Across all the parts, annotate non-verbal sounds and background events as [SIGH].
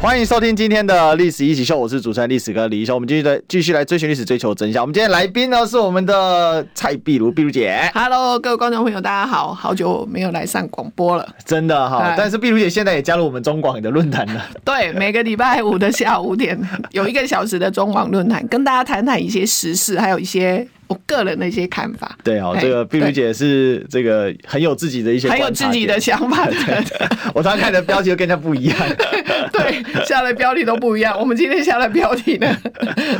欢迎收听今天的历史一起秀，我是主持人历史哥李一修。我们继续来继续来追寻历史，追求真相。我们今天来宾呢是我们的蔡碧如，碧如姐， Hello，各位观众朋友，大家好，好久没有来上广播了。真的哈嗨。但是碧如姐现在也加入我们中广的论坛了。对，每个礼拜五的下午 [LAUGHS] 五点有一个小时的中网论坛，跟大家谈谈一些时事，还有一些我个人的一些看法。对哦，嘿这个碧如姐是这个很有自己的一些很有观察自己的点。想 [LAUGHS] 法的人，我常看的标题都跟人家不一样。 [LAUGHS] 对，下的标题都不一样。我们今天下的标题 [LAUGHS] 呢，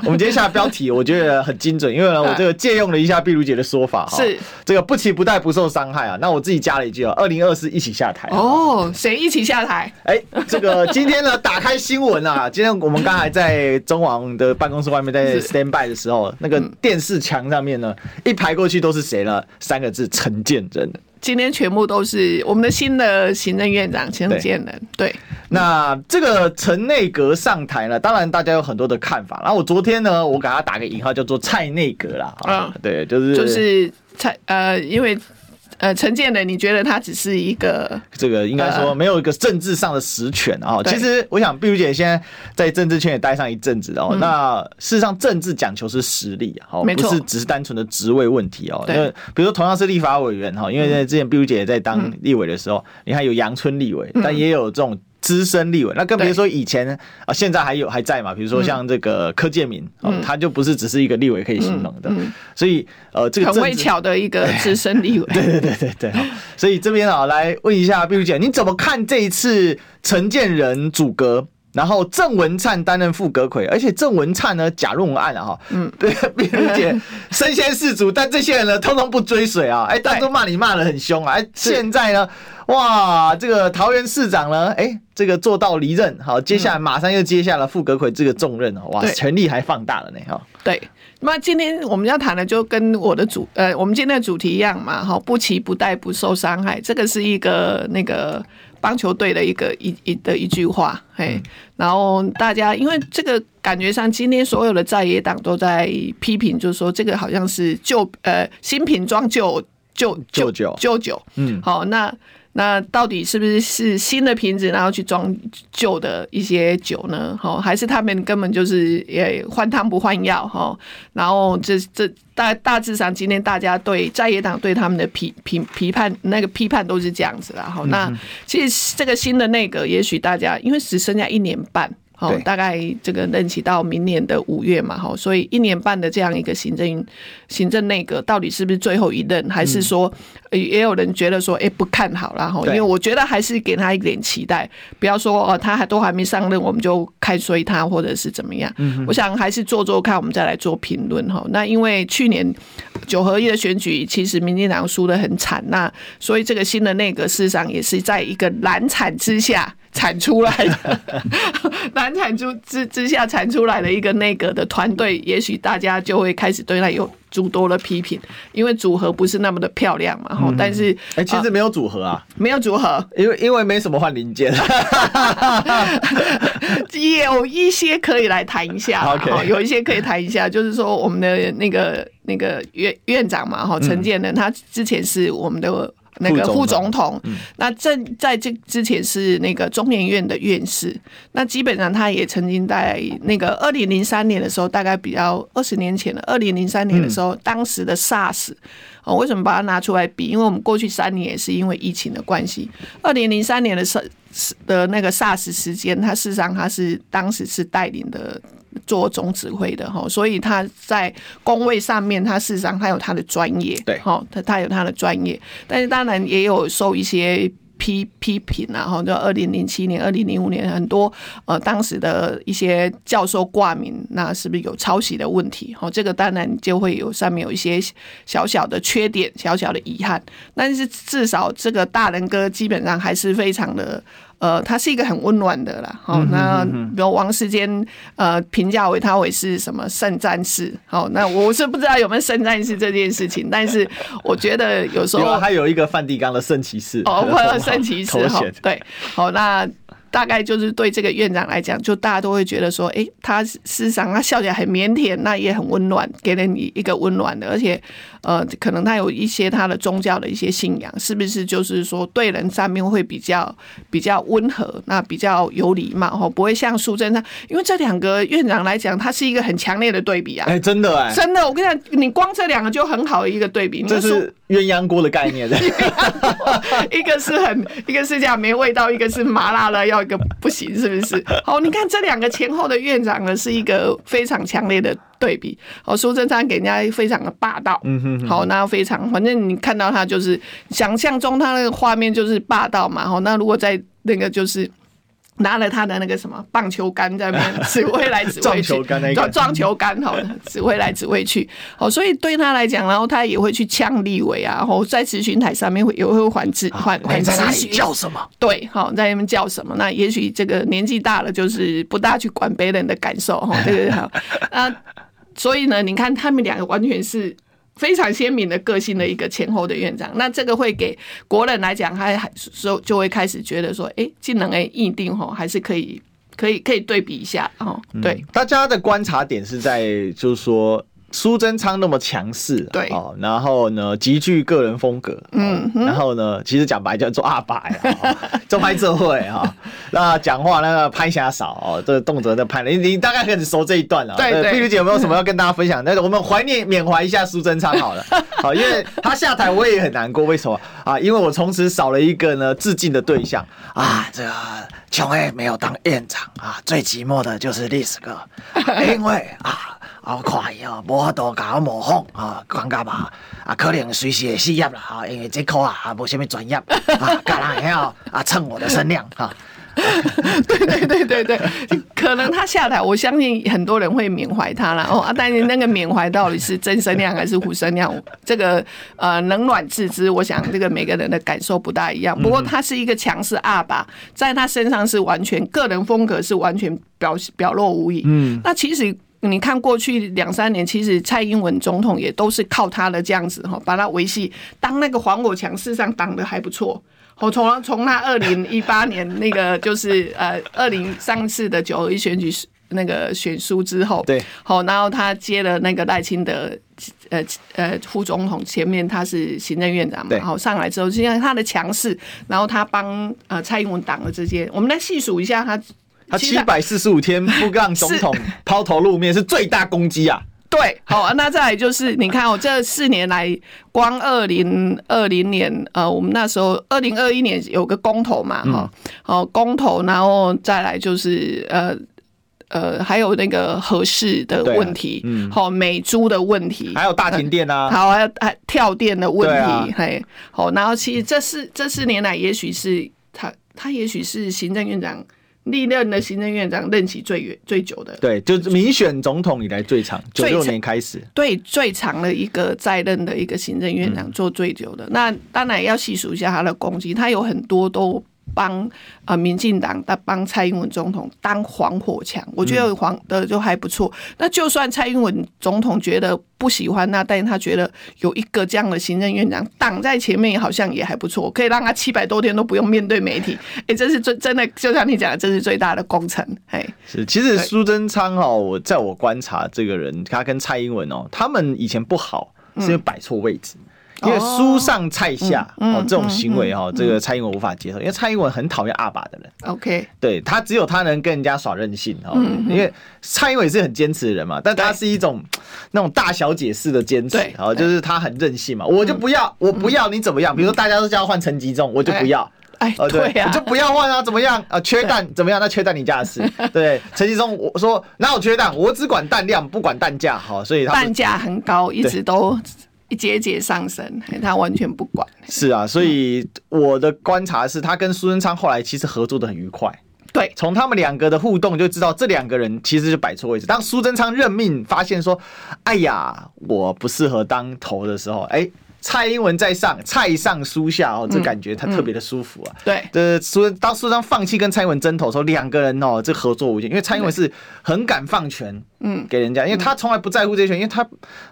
我们今天下的标题我觉得很精准，因为呢，我这个借用了一下碧如姐的说法哈，嗯是这个不期不待不受伤害啊。那我自己加了一句啊，二零二四一起下台。啊哦，谁一起下台？哎、这个今天呢，打开新闻啊， [LAUGHS] 今天我们刚才在中网的办公室外面在是嗯 stand by 的时候，那个电视墙上面呢，一排过去都是谁呢？三个字：陈建仁。啊今天全部都是我们的新的行政院长陈建仁，对，那这个陈内阁上台呢，当然大家有很多的看法。然后我昨天呢，我给他打个引号，叫做蔡内阁啦。啊，嗯对，就是就是蔡呃，因为呃陈建仁，你觉得他只是一个这个应该说呃没有一个政治上的实权啊、对其实我想，碧如姐现在在政治圈也待上一阵子了哦。那事实上，政治讲求是实力啊，哦，嗯没不错是只是单纯的职位问题哦。对嗯因为比如说同样是立法委员哈，因为之前碧如姐也在当立委的时候，你看有阳春立委，但也有这种。资深立委，那更别嗯对嗯说以前啊，现在还有还在嘛？比如说像这个柯建明，哦，他就不是只是一个立委可以形容的，所以呃，这个嗯很政会治巧的一个资深 [LAUGHS] 立委？对对对对，好所以这边啊，来问一下碧如姐，你怎么看这一次陈建仁组阁，然后郑文灿担任副阁魁，而且郑文灿呢假论文案啊哈，嗯，碧如姐身先士卒，但这些人呢通通不追随啊，哎，当初骂你骂的很凶啊，哎，是现在呢，哇，这个桃园市长呢，哎，这个做到离任，好，接下来马上又接下了副阁魁这个重任哦，哇，对权力还放大了呢哈，对，那今天我们要谈的就跟我的主呃，我们今天的主题一样嘛，哈，不期不待不受伤害，这个是一个那个棒球队的一个一一的一句话，嘿，嗯然后大家因为这个感觉上，今天所有的在野党都在批评，就是说这个好像是旧呃新瓶装旧旧旧酒旧酒，嗯好，那那到底是不是是新的瓶子，然后去装旧的一些酒呢？好，还是他们根本就是也换汤不换药哈？然后这这大大致上，今天大家对在野党对他们的批评批判那个批判都是这样子啦。好，那其实这个新的内阁，也许大家因为只剩下一年半。好对，大概这个任期到明年的五月嘛，好，所以一年半的这样一个行政行政内阁，到底是不是最后一任，还是说呃也有人觉得说，哎、不看好啦，哈，因嗯对为我觉得还是给他一点期待，不要说哦，他还都还没上任，我们就开衰他或者是怎么样。嗯我想还是做做看，我们再来做评论哈。那因为去年九合一的选举，其实民进党输得很惨，那所以这个新的内阁事实上也是在一个难产之下。产出来的， [LAUGHS] 难产出之之下产出来的一个内阁的团队，也许大家就会开始对他有诸多的批评，因为组合不是那么的漂亮嘛。哈、但是哎，其啊实没有组合啊，没有组合，因为因为没什么换零件。有一些可以来谈一下啦， OK 哈，有一些可以谈一下，就是说我们的那个那个院院长嘛，哈，陈建仁，他之前是我们的。那个嗯副副总嗯总统，那这在这之前是那个中研院的院士，那基本上他也曾经在那个二零零三年的时候，大概比较二十年前了。二零零三年的嗯时候，当时的 SARS，哦，为什么把它拿出来比？因为我们过去三年也是因为疫情的关系，二零零三年的 SARS 的那个 SARS 时间，它事实上它是当时是带领的做总指挥的哈，所以他在工位上面，他事实上他有他的专业，对哈，他他有他的专业，但是当然也有受一些。批批评啊，哈，就二零零七年、二零零五年，很多呃当时的一些教授挂名，那是不是有抄袭的问题？哈，这个当然就会有上面有一些小小的缺点、小小的遗憾，但是至少这个大人哥基本上还是非常的呃，他是一个很温暖的啦。嗯好、那比如王世坚呃评价为他为是什么圣战士，好、那我是不知道有没有圣战士这件事情，但是我觉得有时候有啊，还有一个梵蒂冈的圣骑士 [LAUGHS] 哦，或者圣骑士头哈衔，对，好，那大概就是对这个院长来讲，就大家都会觉得说，诶，他事实上他笑起来很腼腆，那也很温暖，给了你一个温暖的，而且呃，可能他有一些他的宗教的一些信仰，是不是就是说对人上面会比较比较温和，那比较有礼貌哈，不会像苏贞昌，因为这两个院长来讲，他是一个很强烈的对比啊。哎，真的哎，真的，我跟你讲，你光这两个就很好的一个对比。你这就说。是鸳鸯锅的 [LAUGHS] 概念 [LAUGHS] 一个是很，一个是这样没味道，一个是麻辣了，要一个不行，是 [LAUGHS] 不是？好，你看这两个前后的院长呢，是一个非常强烈的对比。哦，苏贞昌给人家非常的霸道，嗯哼好，那非常，反正你看到他就是想象中他那个画面就是霸道嘛，好，那如果在那个就是。拿了他的那个什么棒球杆在那 [LAUGHS] 边指挥来指挥撞去，球杆那个 [LAUGHS] 撞撞球杆好了，指挥来指挥去，哦，所以对他来讲，然后他也会去呛立委啊，然后在咨询台上面会也会缓咨啊缓哎缓咨询，什么？对，好，在那边叫什么？那也许这个年纪大了，就是不大去管别人的感 [LAUGHS] 受，哈，这个好啊。所以呢，你看他们两个完全是非常鲜明的个性的一个前后的院长，那这个会给国人来讲，还还就就会开始觉得说，哎、技能哎，议定吼，还是可以，可以可以对比一下哦，对。嗯大家的观察点是在，就是说苏贞昌那么强势，对哦，然后呢极具个人风格，嗯，然后呢，其实讲白叫做阿白啊， [LAUGHS] 哦这拍这会啊，那讲话那个拍瞎少哦，这个动辄在拍，你你大概很熟这一段了，呃对对碧如姐有没有什么要跟大家分享？那我们怀念缅怀一下苏贞昌 [LAUGHS] 好了，好，因为他下台我也很难过，为什么啊？因为我从此少了一个呢致敬的对象啊，这个琼慧没有当院长啊，最寂寞的就是历史 [LAUGHS] 哥，因为啊。啊，我看伊哦，无法度甲我模仿啊，感觉嘛啊，可能随时会失业啦啊，因为这科啊啊 [LAUGHS] 无啥物专业啊，甲人会晓啊蹭我的声量啊，对对对对，可能他下台，我相信很多人会缅怀他啦。哦，啊，但是那个缅怀到底是真声量还是虎声量，这个呃冷暖自知，我想这个每个人的感受不大一样。不过他是一个强势阿爸，在他身上是完全个人风格是完全表表露无遗。嗯，那其实。你看过去两三年，其实蔡英文总统也都是靠他的这样子哈，把他维系。当那个黄国强事实上挡的还不错，我从从那二零一八年那个 [LAUGHS] 就是呃二零上次的九合一选举那个选书之后，对，好，然后他接了那个赖清德。呃呃，副总统前面他是行政院长嘛，对然后上来之后，现在他的强势，然后他帮呃蔡英文挡了这些，我们来细数一下他，他其实七百四十五 [LAUGHS] 天不让总统抛头露面是最大攻击啊，对，好、啊，那再来就是你看哦，这四年来，光二零二零年，呃，我们那时候二零二一年有个公投嘛，嗯哈、哦，公投，然后再来就是呃。呃，还有那个合适的对啊问题，好、美猪的问题，还有大停电啊，好，还有还跳电的问对啊题，嘿，好，然后其实这四这四年来，也许是他他也许是行政院长历任的行政院长任期最远最久的对，就是民选总统以来最长，九最六长年开始，对最长的一个在任的一个行政院嗯长做最久的，那当然要细数一下他的功绩，他有很多都帮啊、呃民进党，他帮蔡英文总统当防火墙，我觉嗯得黄的就还不错。那就算蔡英文总统觉得不喜欢那，但是他觉得有一个这样的行政院长挡在前面，好像也还不错，可以让他七百多天都不用面对媒体，哎，这是最真的，就像你讲的，这是最大的工程，哎，是，其实对苏贞昌哦，我在我观察这个人，他跟蔡英文哦，他们以前不好，嗯是因为摆错位置。因为哦苏上蔡下嗯哦这种行为哦，这个蔡英文无法接受，因为蔡英文很讨厌阿爸的人， ，OK，对他只有他能跟人家耍任性哦，嗯因为蔡英文也是很坚持的人嘛，但他是一种那种大小姐式的坚持对，嗯哦，就是他很任性嘛，我就不要，我不要你怎么样？比如说大家都叫他换陈吉仲，我就不要。哎，哦，对呀、你就不要换啊，怎么样啊？缺蛋怎么样？那缺蛋你家的 [LAUGHS] 事。对，陈其中我说哪有缺蛋，我只管蛋量，不管蛋价。好，所以他蛋们价很高，一直都一节节上升，嘿嗯他完全不管。是啊，所以我的观察是，他跟苏贞昌后来其实合作的很愉快。对，从他们两个的互动就知道，这两个人其实是摆错位置。当苏贞昌任命发现说，哎呀，我不适合当头的时候，哎，蔡英文在上，蔡上苏下哦，这感觉他特别的舒服啊。嗯对这苏当苏章放弃跟蔡英文争头的时候，两个人哦，这合作无间，因为蔡英文是很敢放权，嗯，给人家，因为他从来不在乎这些权，因为他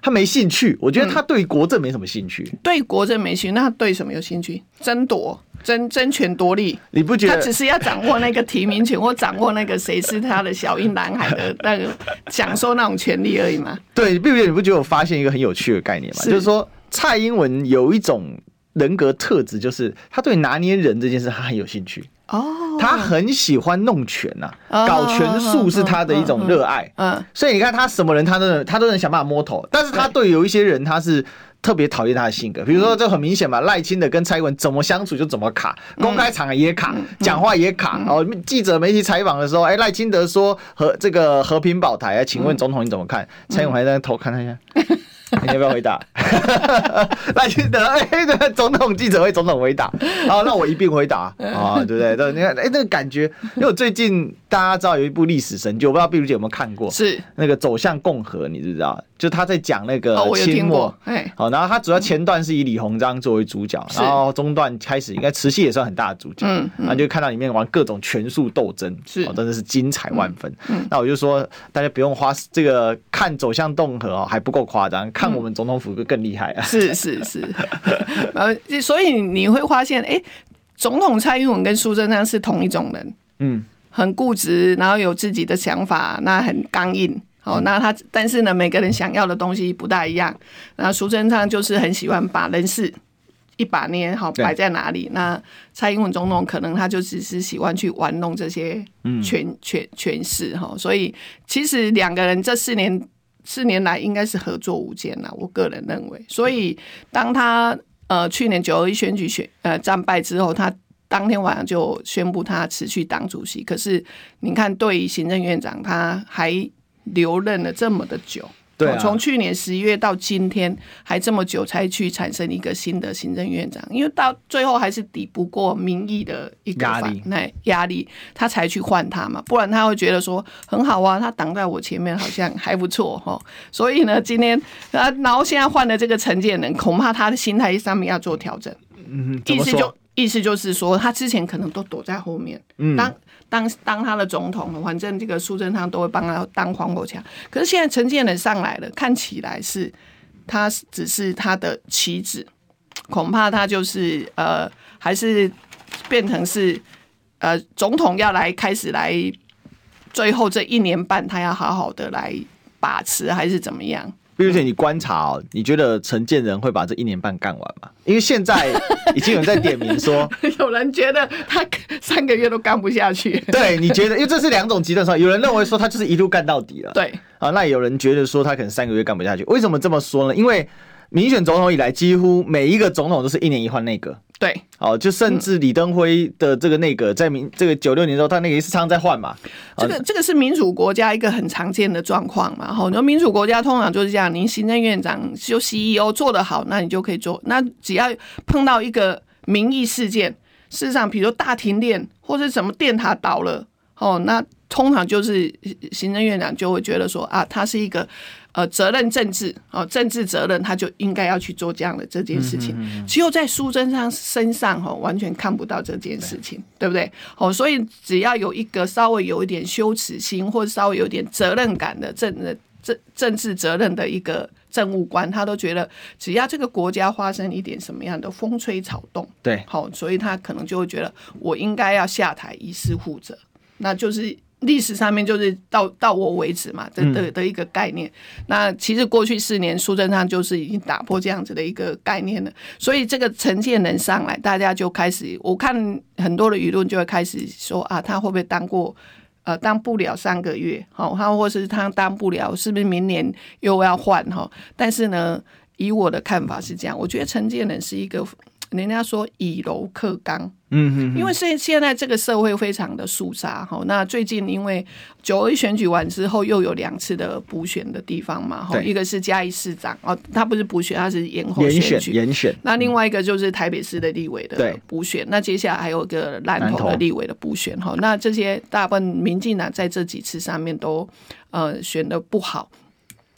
他没兴趣，我嗯觉得他对国政没什么兴趣，对国政没兴趣，那他对什么有兴趣？争夺、争争权夺利。你不觉他得？只是要掌握那个提名权，或掌握那个谁是他的小鹰男孩 [LAUGHS] 的那个享受那种权利而已嘛。对，你不觉得你不觉得我发现一个很有趣的概念吗？是就是说，蔡英文有一种人格特质，就是他对拿捏人这件事他很有兴趣，哦，他很喜欢弄拳呐、哦搞拳术是他的一种热爱。嗯，所以你看他什么人，他都能他都能想办法摸头，但是他对有一些人他是。特别讨厌他的性格，比如说这很明显嘛，赖清德跟蔡英文怎么相处就怎么卡，公开场合也卡，讲、话也卡。哦，记者媒体采访的时候，哎、赖清德说和这个和平保台，哎请问总统你怎么看？蔡英文还在那偷看他一下。哎你要不要回答？赖清德， [LAUGHS] 哎、对，总统记者会，总统回答。好，那我一并回答啊、对不对？对，你看，哎、那个感觉，因为我最近大家知道有一部历史神剧，我不知道碧如姐有没有看过？是那个走向共和，你知不知道？就他在讲那个哦，我有呃清听末过，，哎，好、然后他主要前段是以李鸿章作为主角，嗯是然后中段开始应该慈禧也算很大的主角，嗯然后就看到里面玩各种权术斗争，是嗯哦、真的是精彩万分。那我就说大家不用花这个看走向共和哦还不够夸张，看我们总统府更厉害啊。是是是， [LAUGHS] 呃，所以你会发现，哎、总统蔡英文跟苏贞昌是同一种人，嗯，很固执，然后有自己的想法，那很刚硬。哦，那他但是呢，每个人想要的东西不大一样。那苏贞昌就是很喜欢把人事一把捏好对摆在哪里。那蔡英文总统可能他就只是喜欢去玩弄这些嗯权、权权势哈、所以其实两个人这四年四年来应该是合作无间啦，我个人认为。所以当他呃去年九二一选举选呃战败之后，他当天晚上就宣布他辞去党主席。可是你看，对于行政院长，他还留任了这么的久。对啊从去年十一月到今天，还这么久才去产生一个新的行政院长，因为到最后还是抵不过民意的一个压反力那压力，他才去换他嘛，不然他会觉得说很好啊，他挡在我前面好像还不错哈，所以呢，今天啊，然后现在换了这个承建人，恐怕他的心态上面要做调整。嗯，怎意么思就说？意思就是说，他之前可能都躲在后面，当当当他的总统了，反正这个苏贞昌都会帮他当防火墙。可是现在陈建仁上来了，看起来是他只是他的棋子，恐怕他就是呃，还是变成是呃，总统要来开始来，最后这一年半他要好好的来把持，还是怎么样？碧如姐，你观察哦，你觉得陈建仁会把这一年半干完吗？因为现在已经有人在点名说，有人觉得他三个月都干不下去， [LAUGHS] 对，你觉得，因为这是两种极端说法，有人认为说他就是一路干到底了，对。啊，那有人觉得说他可能三个月干不下去，为什么这么说呢？因为民选总统以来，几乎每一个总统都是一年一换内阁。对，哦，就甚至李登辉的这个内阁，在民这个九六年之后，他那个也是常常在换嘛。这个这个是民主国家一个很常见的状况嘛。吼，那民主国家通常就是这样，您行政院长就 CEO 做得好，那你就可以做。那只要碰到一个民意事件，事实上，比如大停电或者什么电塔倒了，哦，那通常就是行政院长就会觉得说啊，他是一个呃责任政治哦，政治责任他就应该要去做这样的这件事情。只有在苏贞昌身上哦，完全看不到这件事情，对不对？哦，所以只要有一个稍微有一点羞耻心或者稍微有一点责任感的政人政政治责任的一个政务官，他都觉得只要这个国家发生一点什么样的风吹草动，对，好、所以他可能就会觉得我应该要下台以示护者，那就是历史上面就是到到我为止嘛，这的的一个概念。那其实过去四年苏贞昌就是已经打破这样子的一个概念了，所以这个陈建仁上来，大家就开始，我看很多的舆论就会开始说啊，他会不会当过？呃，当不了三个月，好、他或是他当不了，是不是明年又要换哈、但是呢，以我的看法是这样，我觉得陈建仁是一个，人家说以柔克刚，嗯因为现现在这个社会非常的肃杀哈，那最近因为九二一选举完之后，又有两次的补选的地方嘛，哈，对一个是嘉义市长哦，他不是补选，他是延哼，后严选选举。严选，那另外一个就是台北市的立委的对补选，那接下来还有一个南投南的投立委的补选哈。那这些大部分民进党在这几次上面都呃选的不好，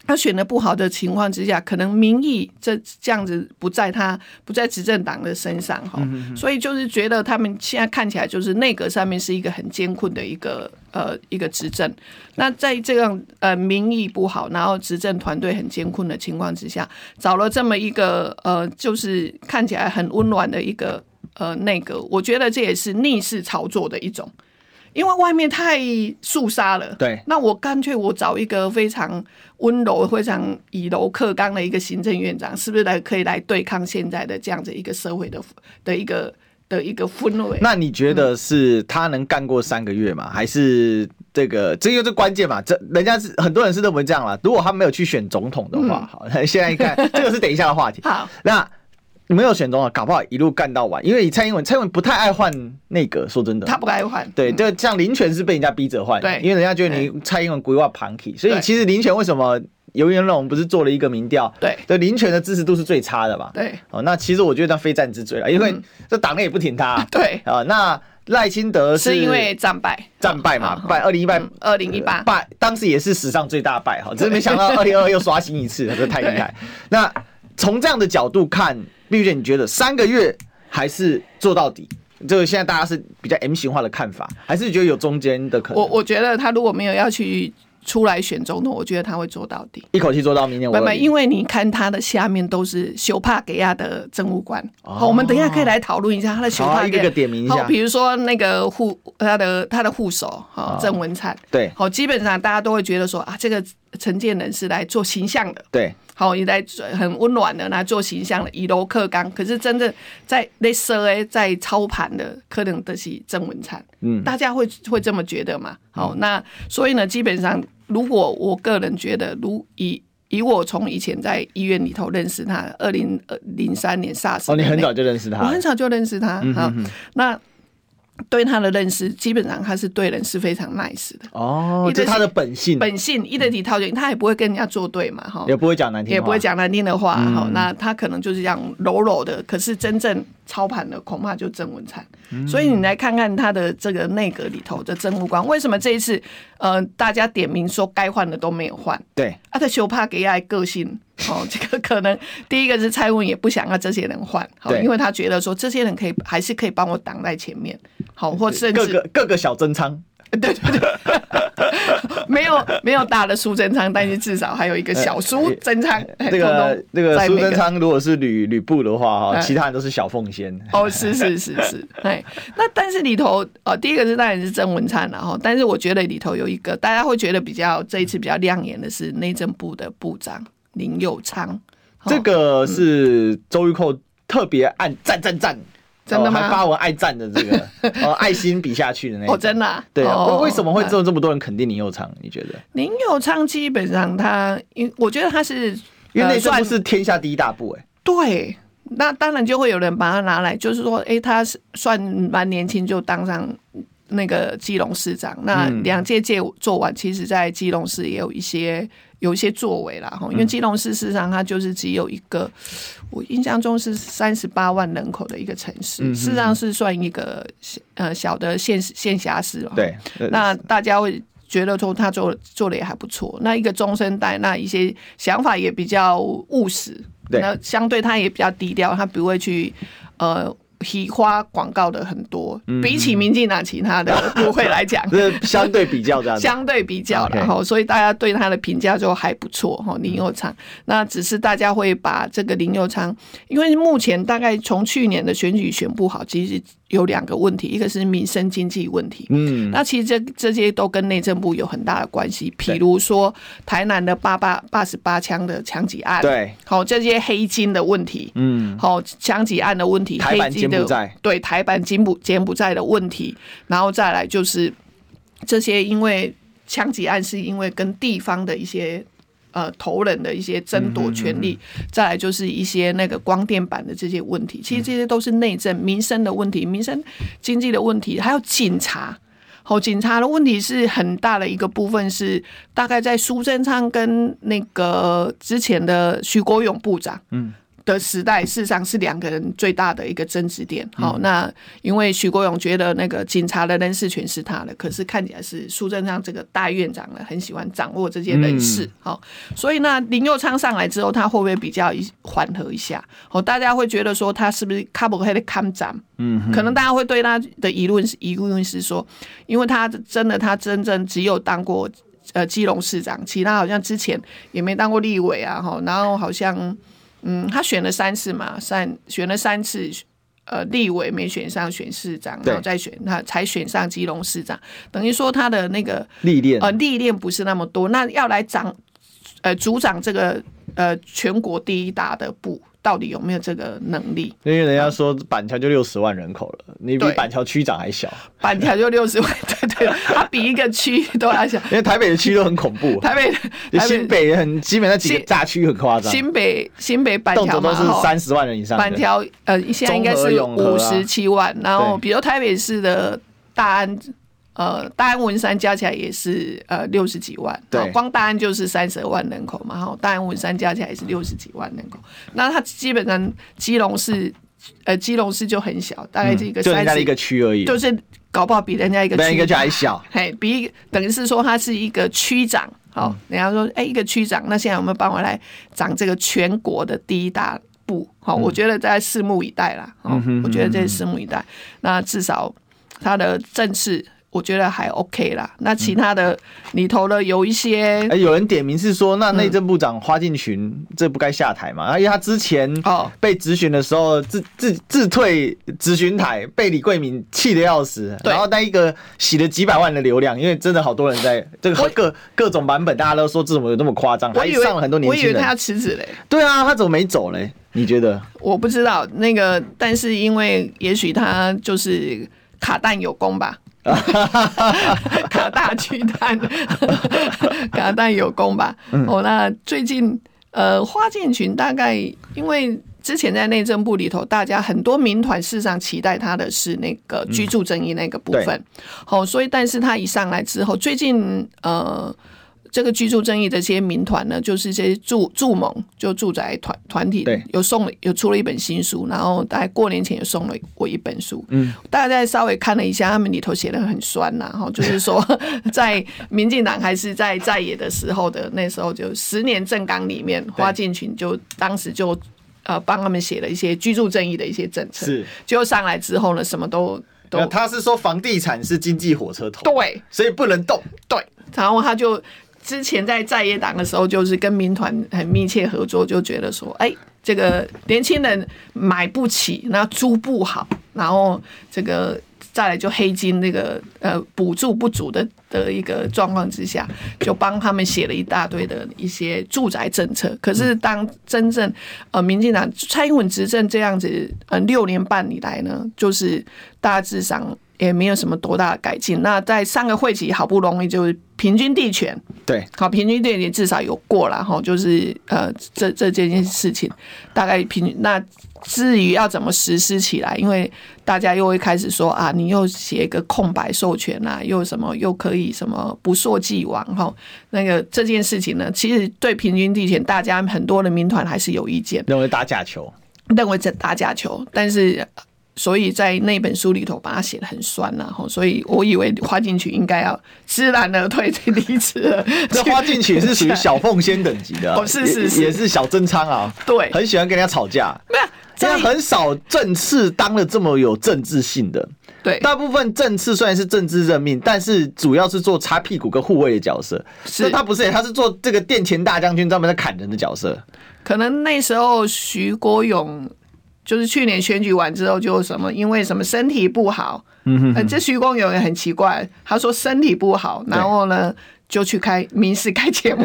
他选的不好的情况之下，可能民意这这样子不在他不在执政党的身上哈，所以就是觉得他们现在看起来就是内阁上面是一个很艰困的一个呃一个执政。那在这样呃民意不好，然后执政团队很艰困的情况之下，找了这么一个呃就是看起来很温暖的一个呃内阁，我觉得这也是逆势操作的一种。因为外面太肃杀了，对那我干脆我找一个非常温柔、非常以柔克刚的一个行政院长，是不是来可以来对抗现在的这样子一个社会的的一个的一个氛围？那你觉得是他能干过三个月吗？还是这个这就是关键嘛？这人家是很多人是认为这样啦。如果他没有去选总统的嗯话，好，那现在看这个是等一下的话题。好，那没有选总啊统，搞不好一路干到完，因为蔡英文蔡英文不太爱换内阁，说真的，他不该换，对，这像林权是被人家逼着换的，对因为人家觉得你蔡英文规划庞体，所以对其实林权为什么游元龙不是做了一个民调，对对，林权的支持度是最差的嘛，对，哦，那其实我觉得他非战之罪了，因为这党内也不挺他啊 [LAUGHS] 对，啊，那赖清德是因为啊嗯战败，战败嘛，败二零一败。二零一八，呃败当时也是史上最大败哈，只是没想到二零二又刷新一 [LAUGHS] 次，这太厉害。那从这样的角度看，绿姐，你觉得三个月还是做到底？这个现在大家是比较 M 型化的看法，还是觉得有中间的可能？我我觉得他如果没有要去出来选总统，我觉得他会做到底。一口气做到明年五不不，二零因为你看他的下面都是修帕给亚的政务官，哦好，我们等一下可以来讨论一下他的修帕好啊给亚，一个一个点名一下好，比如说那个护呃他的他的护手哈郑文灿，哦对好，基本上大家都会觉得说啊，这个陈建仁是来做形象的，对，好，你来很温暖的来做形象的以柔克刚，可是真正在那社诶在操盘的，可能的是郑文灿，嗯大家会会这么觉得嘛？好，那所以呢，基本上如果我个人觉得，如以以我从以前在医院里头认识他，二零呃零三年 SARS，哦，你的很那早就认识他嗯我很早就认识他，好，那对他的认识，基本上他是对人是非常 nice 的，哦，一这是直他的本性，本性一得体套件，他也不会跟人家作对嘛，哈，嗯也不会讲难听，也不会，讲难听的话，嗯好、那他可能就是这样柔柔的，可是真正操盘的恐怕就郑文灿。嗯所以你来看看他的这个内阁里头的政务官，为什么这一次呃大家点名说该换的都没有换？对，啊，他修帕给爱个性 [LAUGHS] 哦，这个可能第一个是蔡文也不想要这些人换，好、对因为他觉得说这些人可以还是可以帮我挡在前面，好、或甚各至个各个小真仓，对对对， [LAUGHS] 没有没有大的苏贞昌，但是至少还有一个小苏贞昌。呃这个这个苏贞昌如果是吕吕布的话哈，嗯其他人都是小凤仙， [LAUGHS] 哦，是是是是，哎，那但是里头呃，第一个是当然是郑文灿然后，啊但是我觉得里头有一个大家会觉得比较这一次比较亮眼的是内政部的部长林佑昌，哦嗯这个是周玉蔻特别按赞赞赞，真的吗哦还发文爱赞的这个， [LAUGHS] 哦，爱心比下去的那种哦，真的、啊，对啊，哦呃为为什么会这么这么多人肯定林佑昌？你觉得？林佑昌基本上他，因我觉得他是因为呃内政算部是天下第一大部，哎，对，那当然就会有人把他拿来，就是说，诶，他是算蛮年轻就当上那个基隆市长，那两届届做完，其实在基隆市也有一些有一些作为啦，哈，因为基隆市事实上它就是只有一个，我印象中是三十八万人口的一个城市，事实上是算一个呃小的县县辖市哦，对，呃 [LAUGHS] 那大家会觉得说他做做的也还不错。那一个中生代，那一些想法也比较务实，对那相对他也比较低调，他不会去呃。提花广告的很多，比起民进党其他的不会来讲，这嗯 [LAUGHS] 是呃相对比较这样 [LAUGHS] 子，相对比较 OK 然后所以大家对他的评价就还不错哈。林佑昌，嗯那只是大家会把这个林佑昌，因为目前大概从去年的选举选不好，其实有两个问题，一个是民生经济问题，嗯，那其实这这些都跟内政部有很大的关系，比如说台南的八八八十八枪的枪击案，，对，好、这些黑金的问题，嗯，好、枪击案的问题，台版黑金的柬埔寨对台版柬埔柬埔寨的问题，然后再来就是这些，因为枪击案是因为跟地方的一些。呃，头人的一些争嗯夺权利，再来就是一些那个光电板的这些问题，嗯其实这些都是内政、民生的问题、民生经济的问题，还有警察。哦，警察的问题是很大的一个部分，是大概在苏贞昌跟那个之前的徐国勇部长，嗯，的时代，事实上是两个人最大的一个争执点。好、那因为许国勇觉得那个警察的人事权是他的，可是看起来是苏贞昌这个大院长呢，很喜欢掌握这些人事。好、所以呢，林佑昌上来之后，他会不会比较一缓和一下？哦，大家会觉得说他是不是卡布黑的看涨？嗯，可能大家会对他的疑论是疑论是说，因为他真的他真正只有当过。呃，基隆市长，其他好像之前也没当过立委啊，哈，然后好像嗯，他选了三次嘛，三选了三次，呃，立委没选上，选市长，然后对再选他才选上基隆市长，等于说他的那个历练，呃历练不是那么多，那要来掌呃组长这个呃全国第一大的部，到底有没有这个能力？因为人家说板桥就六十万人口了，你比对板桥区长还小，板条就六十万， [LAUGHS] 对对，他比一个区都要小。因为台北的区都很恐怖， [LAUGHS] 台北，台新北北也很基本那几个新大区很夸张，新北新北板动条辄嘛，都是吼三十万人以上的。嗯板条呃，现在应该是中和永五和啊十七万，然后对比如台北市的大安。呃，大安文山加起来也是呃六十几万，对好光大安就是三十万人口嘛，哈，大安文山加起来也是六十几万人口，那它基本上基隆市，呃，基隆市就很小，大概是一个嗯就人三家的十、一个区而已，就是搞不好比人家一个人家区一个就还小。嘿，比一个等于是说他是一个区长，好、嗯人家说，哎、一个区长，那现在有没有帮我来长这个全国的第一大部？好、嗯我觉得大家拭目以待啦。哦，我觉得这是拭目以待。那至少他的政治，我觉得还 OK 啦。那其他的里头的有一些、嗯哎，有人点名是说，那内嗯政部长花敬群这不该下台嘛？啊因为他之前哦被质询的时候自自自退质询台，被李桂敏气得要死，对然后那一个洗了几百万的流量，因为真的好多人在这个我各各种版本，大家都说这怎么有那么夸张，我还以为上了很多年我以轻为他要人。辞职嘞，对啊，他怎么没走嘞？你觉得？我不知道那个，但是因为也许他就是卡蛋有功吧，卡大巨蛋， [LAUGHS] 卡蛋有功吧。哦，那最近呃，花建群大概因为之前在内政部里头，大家很多民团事实上期待他的是那个居住正义那个部分。好、所以但是他一上来之后，最近呃。这个居住正义的这些民团呢，就是一些住住盟，就住宅团团体对，有送了有出了一本新书，然后大概过年前也送了我一本书，嗯，大概稍微看了一下，他们里头写的很酸呐、哈，就是说 [LAUGHS] 在民进党还是在在野的时候的那时候，就十年政纲里面，花敬群就当时就呃帮他们写了一些居住正义的一些政策，，结果上来之后呢，什么都都那他是说房地产是经济火车头，对，所以不能动。对，然后他就之前在在野党的时候，就是跟民团很密切合作，就觉得说，哎，这个年轻人买不起，那租不好，然后这个再来就黑金那个呃补助不足的的一个状况之下，就帮他们写了一大堆的一些住宅政策。可是当真正呃民进党蔡英文执政这样子，呃六年半以来呢，就是大致上。也没有什么多大的改进。那在上个会期好不容易就是平均地权，对，好，平均地权至少有过了哈，就是呃这这这件事情大概平均那。至于要怎么实施起来，因为大家又会开始说啊，你又写一个空白授权啊，又什么又可以什么不溯既往哈，那个这件事情呢，其实对平均地权，大家很多的民团还是有意见。认为打假球。认为在打假球，但是呃所以在那本书里头把它写的很酸然、后所以我以为花进去应该要知难而退 [LAUGHS] 就离职了。这花进群是属于小凤仙等级的啊， [LAUGHS] 哦是是也是也是小真仓啊，对很喜欢跟人家吵架，没因有为在很少政次当了这么有政治性的。对大部分政次虽然是政治任命，但是主要是做擦屁股跟护卫的角色。是那他不是、他是做这个殿前大将军，专门在砍人的角色。可能那时候徐国勇就是去年选举完之后就什么，因为什么身体不好，嗯哼这徐国勇也很奇怪，他说身体不好，然后呢就去开民事开节 [LAUGHS] 目，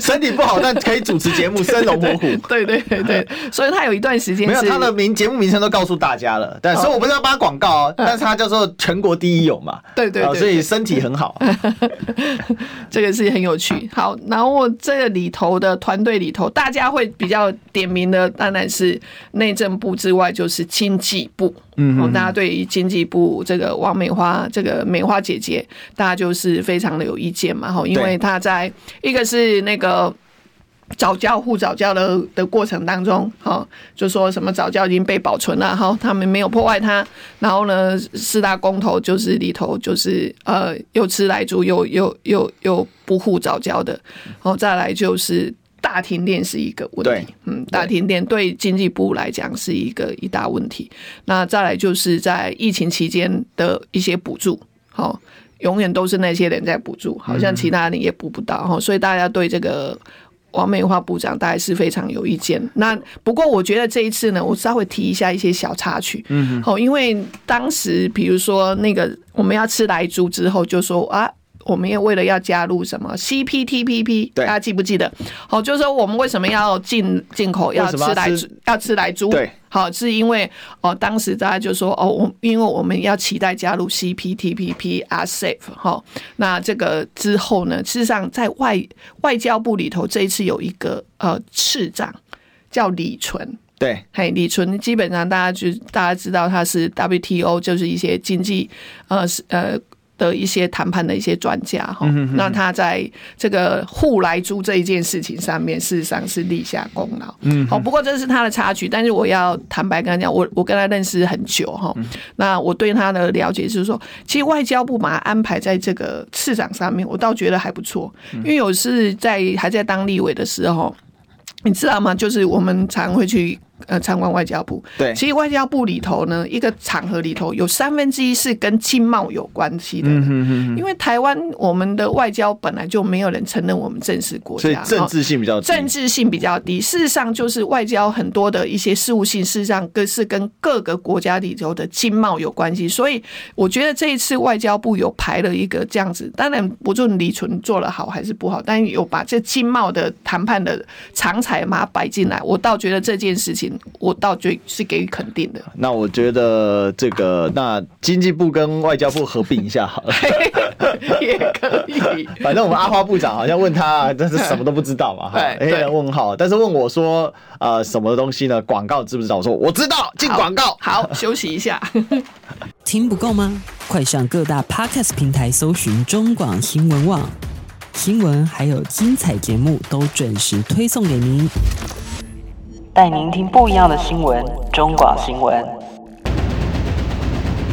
身体不好，但可以主持节 [LAUGHS] 目，生龙活虎。对对对对，所以他有一段时间哦没有是他的名节目名称都告诉大家了，但所以我不是要帮他广告 [LAUGHS] 哦，但是他叫做全国第一勇嘛，对对啊对所以身体很 [LAUGHS] 好，这个是很有趣。好，然后这个里头的团队里头，大家会比较点名的，当然是内政部之外，就是经济部。嗯、哦，大家对于经济部这个王美花这个美花姐姐，哦大家就是非常的有意见嘛。哈，因为对她在一个是那个。早教护早教的的过程当中，哈、就说什么早教已经被保存了，哈、他们没有破坏它。然后呢，四大公投就是里头就是呃，又吃来猪，又又又又不护早教的，然后再来就是大停电是一个问对题，嗯，大停电对经济部来讲是一个一大问题。那再来就是在疫情期间的一些补助，好、永远都是那些人在补助，好像其他人也补不到哈、齁所以大家对这个。王美花部长大概是非常有意见。那不过我觉得这一次呢，我稍微提一下一些小插曲。嗯，好，因为当时比如说那个我们要吃来猪之后，就说啊，我们也为了要加入什么 CPTPP，对大家记不记得？好，就是说我们为什么要进进口要为什吃么要来吃猪要吃来猪？对，好，是因为哦，当时大家就说哦，我因为我们要期待加入 CPTPP、RCEP 哈、那这个之后呢，事实上在外外交部里头，这一次有一个呃次长叫李纯，对，嘿，李纯基本上大家就大家知道他是 WTO，就是一些经济呃是呃的一些谈判的一些专家哈。那他在这个互来租这一件事情上面，事实上是立下功劳。嗯，好，不过这是他的插曲，但是我要坦白跟他讲，我我跟他认识很久哈。那我对他的了解就是说，其实外交部把他安排在这个市长上面，我倒觉得还不错，因为有是在还在当立委的时候。你知道吗？就是我们常会去呃参观外交部。对其实外交部里头呢，一个场合里头有三分之一是跟经贸有关系的，嗯因为台湾我们的外交本来就没有人承认我们正式国所以家，政哦治性比较低政治性比较低。事实上，就是外交很多的一些事务性，事实上跟是跟各个国家里头的经贸有关系。所以，我觉得这一次外交部有排了一个这样子，当然不论李纯做了好还是不好，但有把这经贸的谈判的长才嘛摆进来，我倒觉得这件事情，我倒觉得是给予肯定的。 [LAUGHS] 那我觉得这个，那经济部跟外交部合并一下好 [LAUGHS] 了。也可以，反正我们阿花部长好像问他，但是什么都不知道嘛，哈，哎对黑人问号。但是问我说，呃，什么东西呢？广告知不知道？我说我知道，进广告。好，休息一下。听不够吗？快上各大 podcast 平台搜寻中广新闻网，新闻还有精彩节目都准时推送给您，带您听不一样的新闻。中广新闻。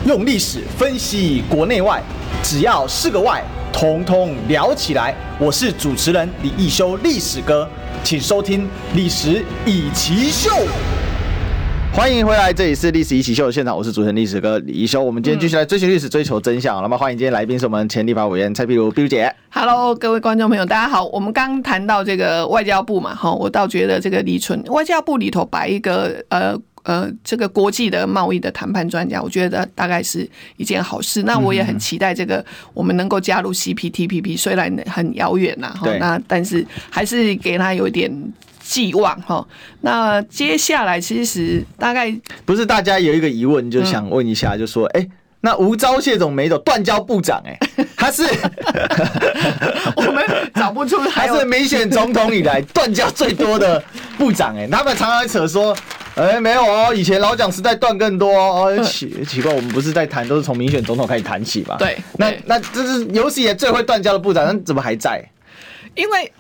用历史分析国内外，只要是个“外”，统统聊起来。我是主持人李一修，历史哥，请收听《历史以奇秀》。欢迎回来，这里是《历史一起秀》的现场，我是主持人历史哥李一修。我们今天继续来追寻历史，追求真相。那么，欢迎今天来宾是我们前立法委员蔡碧如碧如姐。 Hello，各位观众朋友，大家好。我们刚谈到这个外交部嘛，哈，我倒觉得这个李纯外交部里头摆一个呃。呃，这个国际的贸易的谈判专家，我觉得大概是一件好事。那嗯我也很期待这个我们能够加入 CPTPP，虽然很遥远呐、哈对，那但是还是给他有一点寄望哈。那接下来其实大概不是大家有一个疑问，就想问一下，就说，哎、那吴钊燮总没走，断交部长、哎，他是我们 [LAUGHS] 找不 [LAUGHS] 出还他有是民选总统以来断交最多的部长、哎，他们常常扯说，哎、没有哦，以前老蒋时代断更多哦，嗯哦奇奇怪，我们不是在谈，都是从民选总统开始谈起嘛，对那对那这是有史以来最会断交的部长，那怎么还在？因为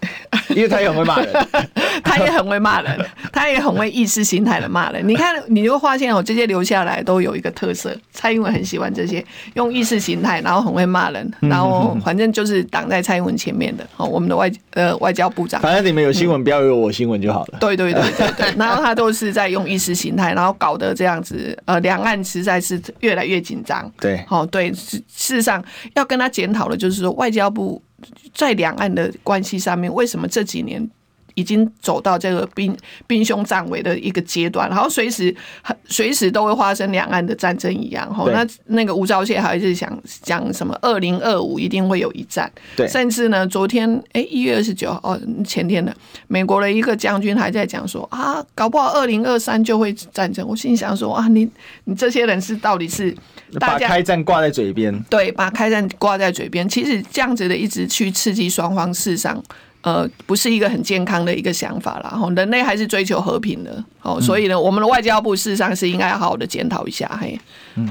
因为他也很会骂人， [LAUGHS] 他也很会骂人，他也很会意识形态的骂人。你看，你就会发现哦，这些留下来都有一个特色。蔡英文很喜欢这些用意识形态，然后很会骂人，然后反正就是挡在蔡英文前面的哦，我们的外呃外交部长。反正你们有新闻，不要有我新闻就好了。对 [LAUGHS] 对对对对，然后他都是在用意识形态，然后搞得这样子，呃，两岸实在是越来越紧张。对好、对，事事实上要跟他检讨的就是说，外交部在两岸的关系上面，为什么这几年？已经走到这个兵兵凶战危的一个阶段，然后随时随时都会发生两岸的战争一样。吼，对那那个吴钊燮还是想讲什么？二零二五一定会有一战。对甚至呢，昨天哎一月二十九哦，前天的美国的一个将军还在讲说啊，搞不好二零二三就会战争。我心里想说啊，你你这些人是到底是大把家开战挂在嘴边，对，把开战挂在嘴边。其实这样子的一直去刺激双方，事实上，呃，不是一个很健康的一个想法啦。吼，人类还是追求和平的。哦，所以呢，我们的外交部事实上是应该要好好的检讨一下。嘿，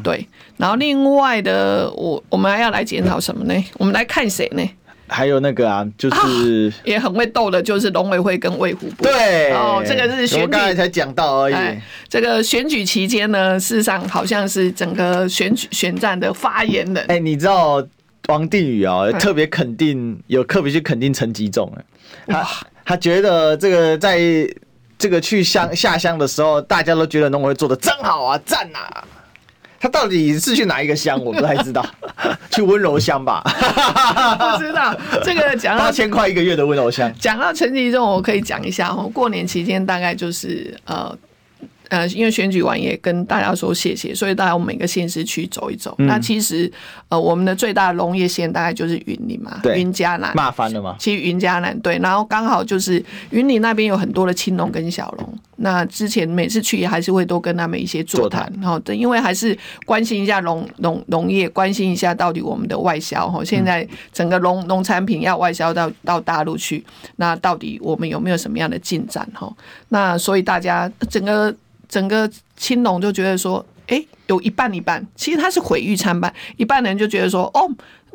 对。然后另外的，我我们还要来检讨什么呢？我们来看谁呢？还有那个啊，就是、也很会斗的，就是农委会跟卫福部。对哦，这个是我选们刚才举。才讲到而已。哎，这个选举期间呢，事实上好像是整个选举选战的发言人。哎、你知道王定宇啊、嗯特别肯定，有特别去肯定陈吉仲、哎，他他觉得这个在这个去乡下乡的时候，大家都觉得农委会做的真好啊，赞啊。他到底是去哪一个乡？我不太 [LAUGHS] 知道，去温柔乡吧，不知道这个讲八到千块一个月的温柔乡。讲到陈吉仲，我可以讲一下哦。过年期间大概就是呃呃，因为选举完也跟大家说谢谢，所以大家我们每个县市区走一走。那其实呃，我们的最大的农业县大概就是云林嘛，对云嘉南。骂翻了吗？其实云嘉南对，然后刚好就是云林那边有很多的青龙跟小龙。那之前每次去还是会多跟他们一些座谈，哈，对，因为还是关心一下农农农业，关心一下到底我们的外销哈，现在整个农农产品要外销到到大陆去，那到底我们有没有什么样的进展哈？那所以大家整个整个青龙就觉得说，哎、有一半一半，其实它是毁誉参半，一半人就觉得说，哦，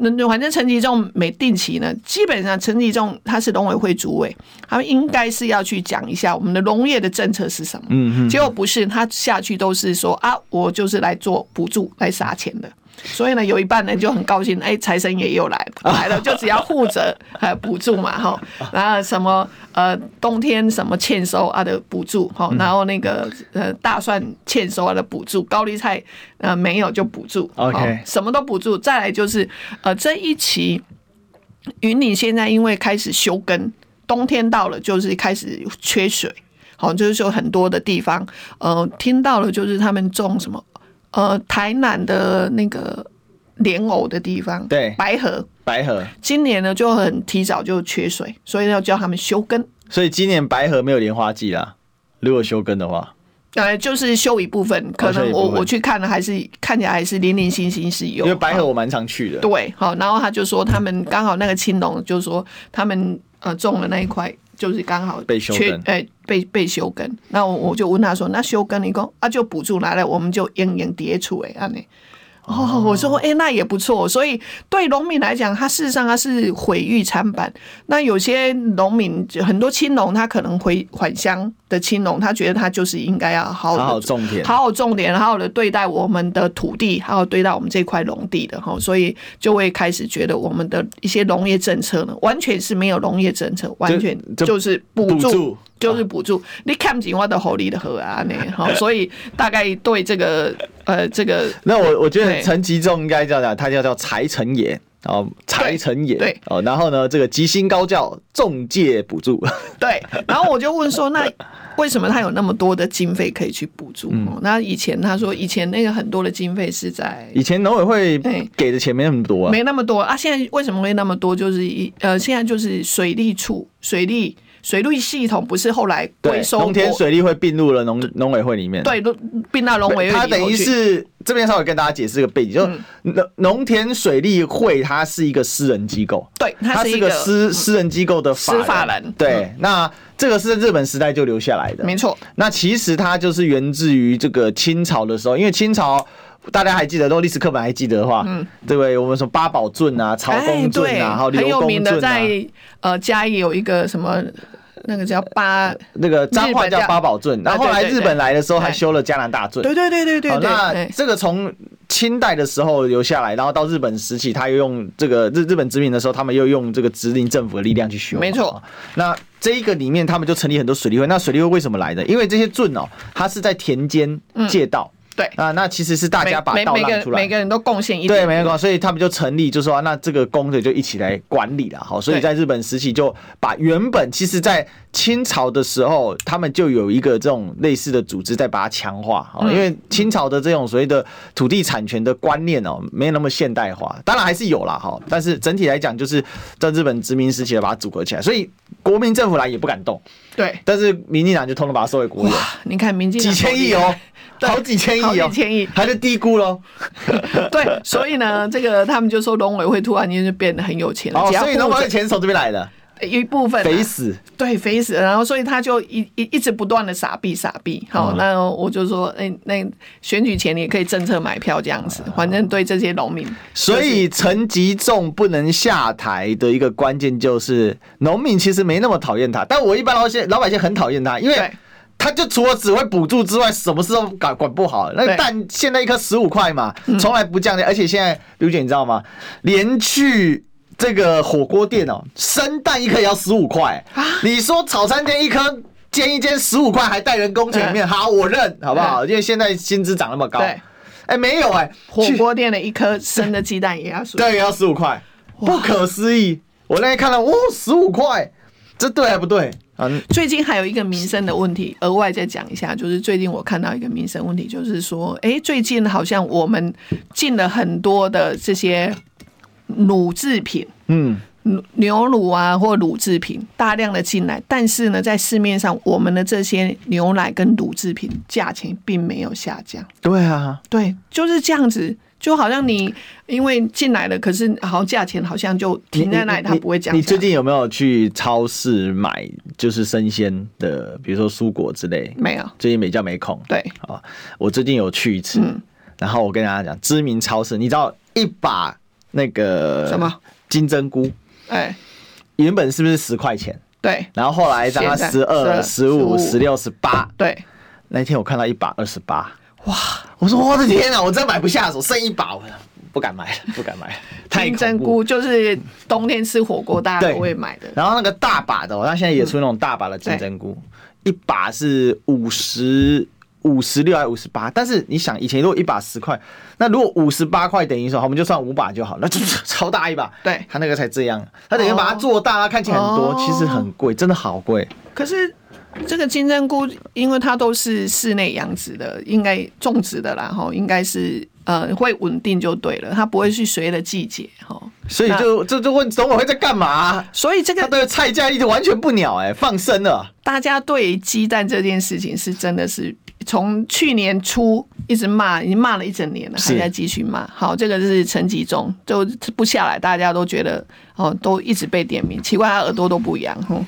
那那反正陈吉仲每定期呢，基本上陈吉仲他是农委会主委，他们应该是要去讲一下我们的农业的政策是什么。嗯嗯，结果不是，他下去都是说啊，我就是来做补助来撒钱的。所以呢，有一半人就很高兴，哎，财神爷又来了，来了，就只要护 [LAUGHS] 着，还补助嘛，哈，然后什么呃，冬天什么欠收啊的补助，哈，然后那个呃大蒜欠收啊的补助，高丽菜呃没有就补助 OK 哦什么都补助。再来就是呃这一期云岭现在因为开始休耕，冬天到了就是开始缺水，好、就是说很多的地方，呃，听到了就是他们种什么，呃，台南的那个莲藕的地方，对白河，白河，今年呢就很提早就缺水，所以要叫他们休耕，所以今年白河没有莲花季啦。如果休耕的话，呃，就是休一部分，可哦休一能部我分我去看了，还是看起来还是零零星星是有，啊因为白好河我蛮常去的。对，好，然后他就说他们刚好那个青龙，就说他们呃种了那一块，就是刚好被休缺耕哎、被被休耕。那我我就问他说，那休耕你讲啊就补助拿来，我们就应应叠出哎，安尼。哦，我说，哎、那也不错。所以对农民来讲，他事实上他是毁誉参半。那有些农民，就很多青农，他可能回返乡的青农，他觉得他就是应该要好好好好地种田，好好种田，好好的对待我们的土地，还有对待我们这块农地的哈，所以就会开始觉得我们的一些农业政策呢，完全是没有农业政策，完全就就是补补助，助就是补助。你看不起我的狐狸的河啊，那哈，所以大概对这个呃这个那我我觉得对陈吉仲应该叫啥？他叫叫财神爷哦，财神爷对哦。然后呢，这个吉星高教中介补 [LAUGHS] 助，对，然后我就问说，那为什么他有那么多的经费可以去补助？哦那以前他说以前那个很多的经费是在以前农委会对给的钱没那么多啊，没那么多啊。现在为什么会那么多？就是一呃，现在就是水利处、水利水利系统不是后来对归，收农田国水利会并入了农农委会里面。对都并到农委会它里头等于去嗯是这边稍微跟大家解释个背景，就农农田水利会，它是一个私人机构，对，它它是是一个个私私人机构的法私法人对，那这个是日本时代就留下来的，没错，那其实它就是源自于这个清朝的时候，因为清朝大家还记得，如果历史课本还记得的话，对不对？我们说八宝圳啊、曹公圳嗯哎对，啊，还有很刘有名公圳的啊，在呃嘉义有一个什么那个叫八，那个彰化叫八宝圳。日然本叫后后来对对日对本来的时候，对还修了加拿大圳。对对对对对好，对，那哎这个从清代的时候留下来，然后到日本时期，他又用这个日日本殖民的时候，他们又用这个指令政府的力量去修。啊没错。那这一个里面，他们就成立很多水利会。那水利会为什么来的？因为这些圳哦，它是在田间嗯借道。对啊，那其实是大每家把每道每让个出来每。个人都贡献一对，点，没错，所以他们就成立，就说、啊那这个工的就一起来管理了，好，所以对在日本时期就把原本其实，在清朝的时候，他们就有一个这种类似的组织在把它强化，好，嗯因为清朝的这种所谓的土地产权的观念哦，没有那么现代化，当然还是有啦，哈，但是整体来讲，就是在日本殖民时期的把它组合起来，所以国民政府来也不敢动，对。但是民进党就通通把它收为国有哇。，你看民进几党千好亿厉害哦，好几千亿哦，好几千亿还是低估喽。对，所以呢，这个他们就说农委会突然间就变得很有钱了，哦，只要所以护农委着会钱从这边来的。一部分啊肥死，对，肥死，然后所以他就一一一直不断的傻逼傻逼，嗯好、那我就说，哎、那选举前你也可以政策买票这样子，反正对这些农民，啊所以陈吉仲不能下台的一个关键就是，农民其实没那么讨厌他，但我一般老百姓老百姓很讨厌他，因为对他就除了只会补助之外，什么事都管管不好。那对嗯蛋现在一颗十五块嘛，从来不降价，而且现在刘姐你知道吗？连去。这个火锅店哦，生蛋一颗也要十五块。啊你说早餐店一颗煎一煎十五块，还带人工钱里面，好我认，好不好？因为现在薪资涨那么高。对哎，没有哎，火去锅店的一颗生的鸡蛋也要数，对，也要十五块，不可思议！我那天看到，哦，十五块，这对还不对？嗯，最近还有一个民生的问题，额外再讲一下，就是最近我看到一个民生问题，就是说，哎，最近好像我们进了很多的这些乳制品，嗯，乳牛乳啊或乳制品大量的进来，但是呢，在市面上我们的这些牛奶跟乳制品价钱并没有下降，对啊，对，就是这样子。就好像你因为进来了，可是好像价钱好像就停在那里，它不会降价。你最近有没有去超市买就是生鲜的，比如说蔬果之类？没有？最近比较没空。对，嗯啊，我最近有去一次，然后我跟大家讲，知名超市，你知道一把那个什么金针菇，哎，原本是不是十块钱？对然后后来涨到现在十二、十五、十15六、十八，对，那天我看到一把二十八，哇！我说我的天啊，我真买不下手，剩一把，我不敢买了，不敢 [LAUGHS] 买了，太金恐针怖菇。就是冬天吃火锅大家对都会买的，然后那个大把的、哦，它现在也出那种大把的金针菇，一把是五十五十六还五十八，但是你想以前如果一把十块，那如果五十八块等于说，好，我们就算五把就好，那就 [LAUGHS] 超大一把。对它那个才这样，它等于把它哦做大，它看起来很多，哦其实很贵，真的好贵。可是这个金针菇，因为它都是室内养殖的，应该种植的啦，哈，应该是呃会稳定就对了，它不会去随着季节哈。吼所以就这就问总委会在干嘛、所以这他个对菜价一直完全不鸟、哎，放生了。大家对于鸡蛋这件事情是真的是从去年初一直骂，已经骂了一整年了，是还在继续骂。好，这个是陈吉仲，就不下来，大家都觉得哦，都一直被点名，奇怪他耳朵都不痒。哼、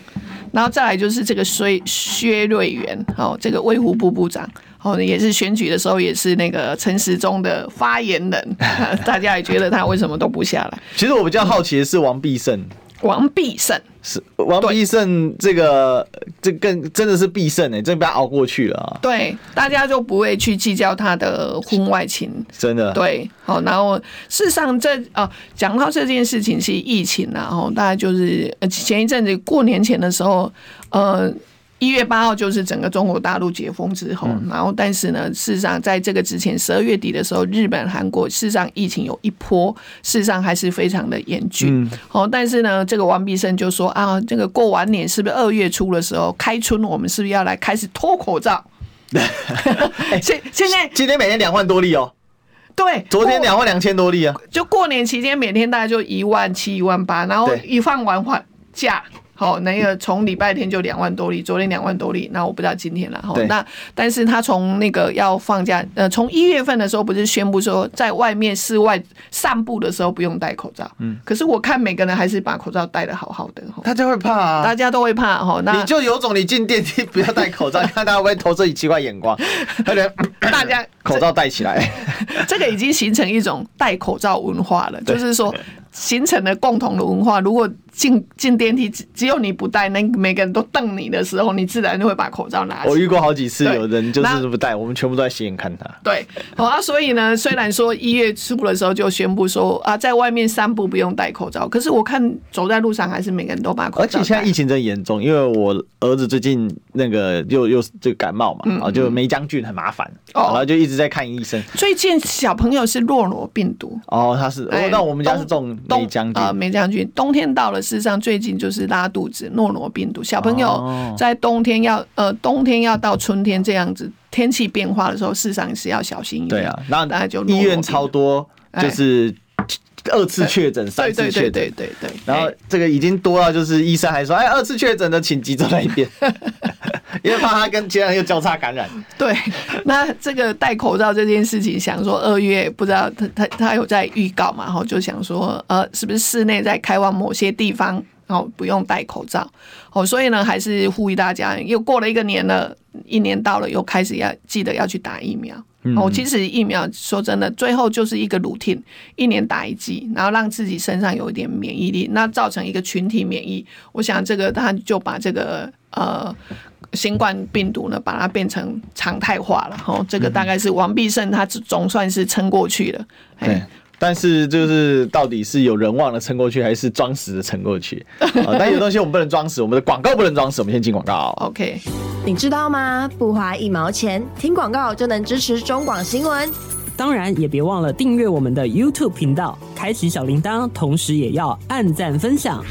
然后再来就是这个薛薛瑞元，哦，这个卫护部部长，哦，也是选举的时候也是那个陈时中的发言人， [LAUGHS] 大家也觉得他为什么都不下来。其实我比较好奇的是王必胜，王必胜，是王必胜这个这更真的是必胜哎、真的被他熬过去了啊，对，大家就不会去计较他的婚外情。真的。，对，好，然后事实上这哦，讲到这件事情是疫情啦，然后大概就是呃前一阵子过年前的时候，呃。一月八号就是整个中国大陆解封之后，嗯然后但是呢，事实上在这个之前，十二月底的时候，日本、韩国事实上疫情有一波，事实上还是非常的严嗯峻。好、但是呢，这个王必胜就说啊，这个过完年是不是二月初的时候开春，我们是不是要来开始脱 [LAUGHS] 口罩？ [LAUGHS] 现现在今天每天两万多例哦，对，昨天过两万两千多例啊，就过年期间每天大概就一万七、一万八，然后对一放完还假。好，那个从礼拜天就两万多例，昨天两万多例，那我不知道今天了哈对。那但是他从那个要放假，呃，从一月份的时候不是宣布说在外面室外散步的时候不用戴口罩，嗯，可是我看每个人还是把口罩戴的好好的哈，大家会怕大啊。家都会怕哈。那你就有种，你进电 [LAUGHS] 梯不要戴口罩，看大家会不会投射你奇怪眼光，快点大家口罩戴起来。 [LAUGHS] 这个已经形成一种戴口罩文化了，就是说形成了共同的文化。如果进进电梯只只有你不戴，那每个人都瞪你的时候，你自然就会把口罩拿我起。遇过好几次，对哦有人就是那不戴，我们全部都在斜眼看他。对，好啊，所以呢，虽然说一月初的时候就宣布说啊，在外面散步不用戴口罩，可是我看走在路上还是每个人都把口而罩戴。且现在疫情真严重，因为我儿子最近那个又又就感冒嘛，然后就梅将军很麻烦，嗯哦然后就一直在看医生。最近小朋友是诺罗病毒，哦，他是，哎哦那我们家是冬种梅将军冬，啊，梅将军。冬天到了，事实上最近就是拉肚子、诺罗病毒。小朋哦友在冬天要、呃，冬天要到春天这样子天气变化的时候，事实上是要小心一对点。啊，然大家就后诺罗医院病超毒，多，哎就是二次确诊、三对次对确对诊对，对对。然后哎这个已经多到就是医生还说，哎，二次确诊的请集中在一 [LAUGHS] 边，因为怕他跟其他人又交叉感染。对，那这个戴口罩这件事情，想说二月不知道他他他有在预告嘛，然后就想说呃，是不是室内在开往某些地方哦，不用戴口罩哦，所以呢，还是呼吁大家，又过了一个年了，一年到了，又开始要记得要去打疫苗。哦，其实疫苗说真的，最后就是一个 routine，一年打一剂，然后让自己身上有一点免疫力，那造成一个群体免疫。我想这个他就把这个呃新冠病毒呢，把它变成常态化了。哦，这个大概是王必胜他总算是撑过去了。哎对，但是就是到底是有人忘了撑过去，还是装死的撑过 [LAUGHS] 去？啊，但有东西我们不能装死，我们的广告不能装死。我们先进广告。 ，OK，你知道吗？不花一毛钱，听广告就能支持中广新闻。当然也别忘了订阅我们的 YouTube 频道，开启小铃铛，同时也要按赞分享。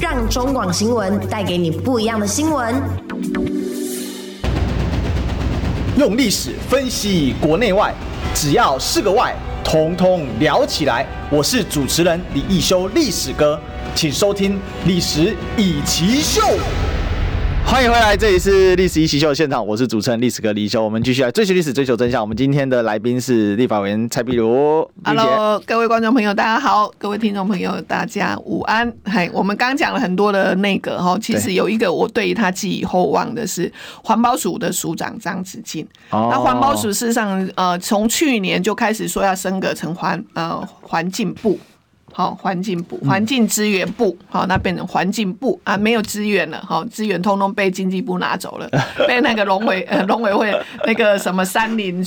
让中广新闻带给你不一样的新闻。用历史分析国内外，只要是个“外”，统统聊起来。我是主持人李一修，历史哥，请收听《历史以奇秀》。欢迎回来，这里是《历史一起秀》现场，我是主持人历史哥李一修。我们继续来追寻历史，追求真相。我们今天的来宾是立法委员蔡碧如，碧姐。 Hello，各位观众朋友，大家好；各位听众朋友，大家午安。嗨，我们刚讲了很多的那个哈，其实对有一个我对于他寄予厚望的是环保署的署长张子敬。哦那环保署事实上，呃，从去年就开始说要升格成环呃环境部。好，环境部、环境资源部，好，那变成环境部啊，没有资源了，好，资源通通被经济部拿走了，被那个农委呃农委会那个什么山林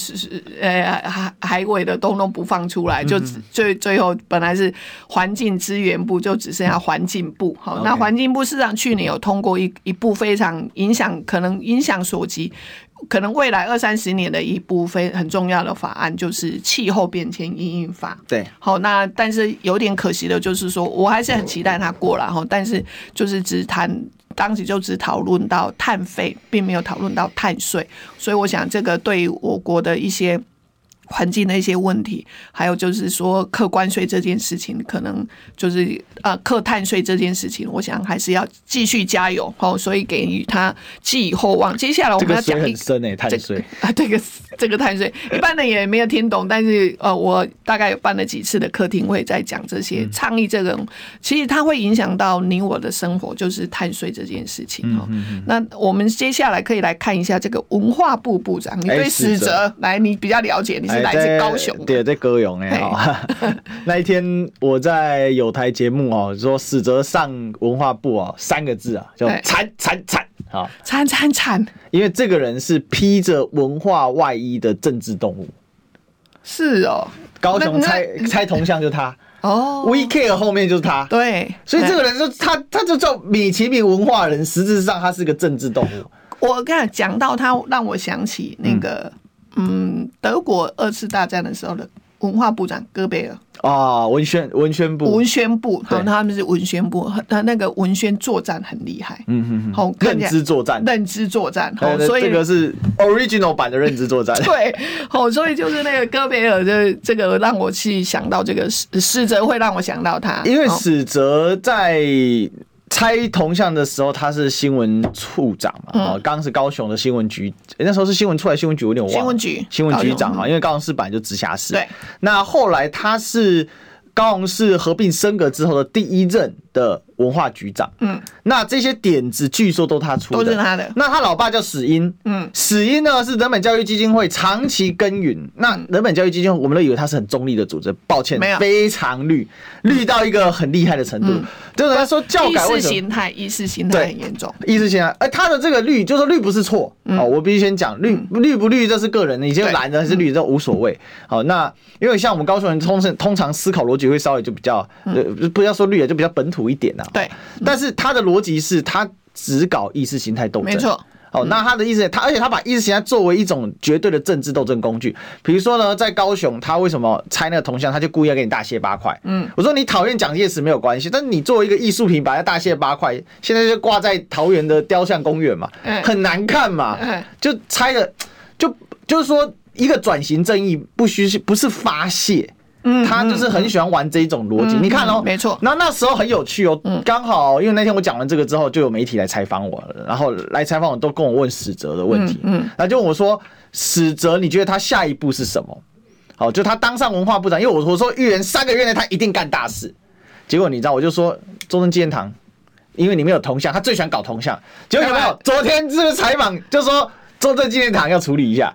呃海海委的通通不放出来，就只最最后本来是环境资源部，就只剩下环境部，好，那 OK 环境部市场去年有通过一一部非常影响，可能影响所及。可能未来二三十年的一部非很重要的法案就是气候变迁因应法。对，好，那但是有点可惜的就是说，我还是很期待它过了哈，但是就是只谈。当时就只讨论到碳费，并没有讨论到碳税，所以我想这个对于我国的一些环境的一些问题，还有就是说课关税这件事情，可能就是呃课碳税这件事情，我想还是要继续加油哦，所以给予他寄予厚望。接下来我这个们要水讲一很深欸诶、碳这水。啊，这个这个碳税，一般人也没有听懂，但是呃，我大概有办了几次的客厅会在讲这嗯些倡议这个，其实它会影响到你我的生活，就是碳税这件事情嗯哦。那我们接下来可以来看一下这个文化部部长，你哎对是死的者来，你比较了解，你是哎来自在高雄对，在高雄哎、嘿哦 [LAUGHS] 那一天我在有台节目哦，说死则上文化部哦，三个字啊，叫嘿惨惨惨啊，惨惨惨，因为这个人是披着文化外衣的政治动物。是哦，高雄那那嗯猜猜铜像就他哦， ，VK 后面就是他，对，所以这哎个人就他他就叫米其林文化人，实质上他是个政治动物。我刚才讲到他，让我想起那个嗯德国二次大战的时候的文化部长戈贝尔。哦，文宣文宣部文，宣部，好，对他们是文宣部，那那个文宣作战很厉害，嗯哼哼，好，看认起来知作战，认知作战，对好，对所以这个是 original 版的认知作战。 [LAUGHS] 对，哦，所以就是那个戈贝尔的这个让我去想到这个施施哲会让我想到他，因为哦史哲在拆铜像的时候，他是新闻处长嘛，嗯哦，刚是高雄的新闻局，诶那时候是新闻处还是新闻局，我有点忘了。新闻局新闻局长高雄嘛，因为高雄市本来就直辖市。对，那后来他是高雄市合并升格之后的第一任的文化局长。嗯，那这些点子据说都他出的，都是他的那他老爸叫史英，嗯，史英呢是人本教育基金会长期耕耘。那人本教育基金会，我们都以为它是很中立的组织，抱歉嗯没有，嗯非常绿，绿到一个很厉害的程度。就是他说教意改为识什么？形态，意识形态对很严重，意识形态，哎，他的这个绿，就说绿不是错、嗯哦，我必须先讲绿绿不绿，这是个人的，你先对蓝的还是绿这无所嗯谓。好，那因为像我们高雄人通常通常思考逻辑会稍微就比较，呃，嗯不要说绿了，就比较本土一点呐、啊。对，但是他的逻辑是他只搞意识形态斗争，没错。嗯哦，那他的意思，他而且他把意识形态作为一种绝对的政治斗争工具。比如说呢，在高雄，他为什么拆那个铜像，他就故意要给你大卸八块。嗯，我说你讨厌蒋介石没有关系，但你作为一个艺术品，把它大卸八块，现在就挂在桃园的雕像公园嘛嗯，很难看嘛嗯，就拆了，就就是说一个转型正义不需是不是发泄。嗯，他就是很喜欢玩这一种逻辑，嗯你看哦，嗯没错那那时候很有趣哦，嗯刚好因为那天我讲完这个之后，就有媒体来采访我了，然后来采访我都跟我问史哲的问题，嗯嗯，那就问我说史哲，你觉得他下一步是什么？好，就他当上文化部长，因为我我说预言三个月内他一定干大事，结果你知道，我就说中正纪念堂，因为里面有铜像，他最喜欢搞铜像。结果有没 [LAUGHS] 有？昨天是不是采访就说中正纪念堂要处理一下，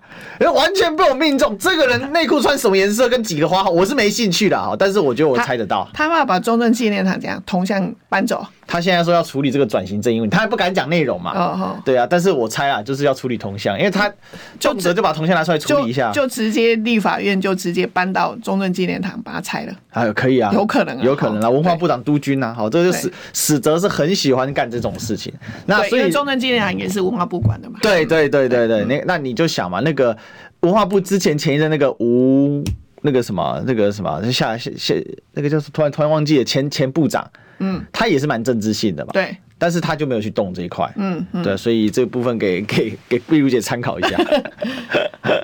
完全被我命中。这个人内裤穿什么颜色跟几个花号，我是没兴趣的啊。但是我觉得我猜得到，他要把中正纪念堂怎样铜像搬走？他现在说要处理这个转型正义问题，他还不敢讲内容嘛。哦哦对啊，但是我猜啊，就是要处理铜像，因为他重则就把铜像拿出来处就理一下。就直接立法院就直接搬到中正纪念堂把它拆了。哎呦，可以啊，有可能啊有可能啊。好文化部长督军呐，好，这就对是史哲是很喜欢干这种事情。那对，嗯所因为以中正纪念堂也是文化部管的嘛。对对对对对，那那你就想嘛，那个文化部之前前一任那个吴那个什么那个什么下下下那个就是突然突然忘记了前前部长，嗯，他也是蛮政治性的嘛。对，但是他就没有去动这一块，嗯嗯。对，所以这部分给 [LAUGHS] 给给碧如姐参考 [LAUGHS] 一下。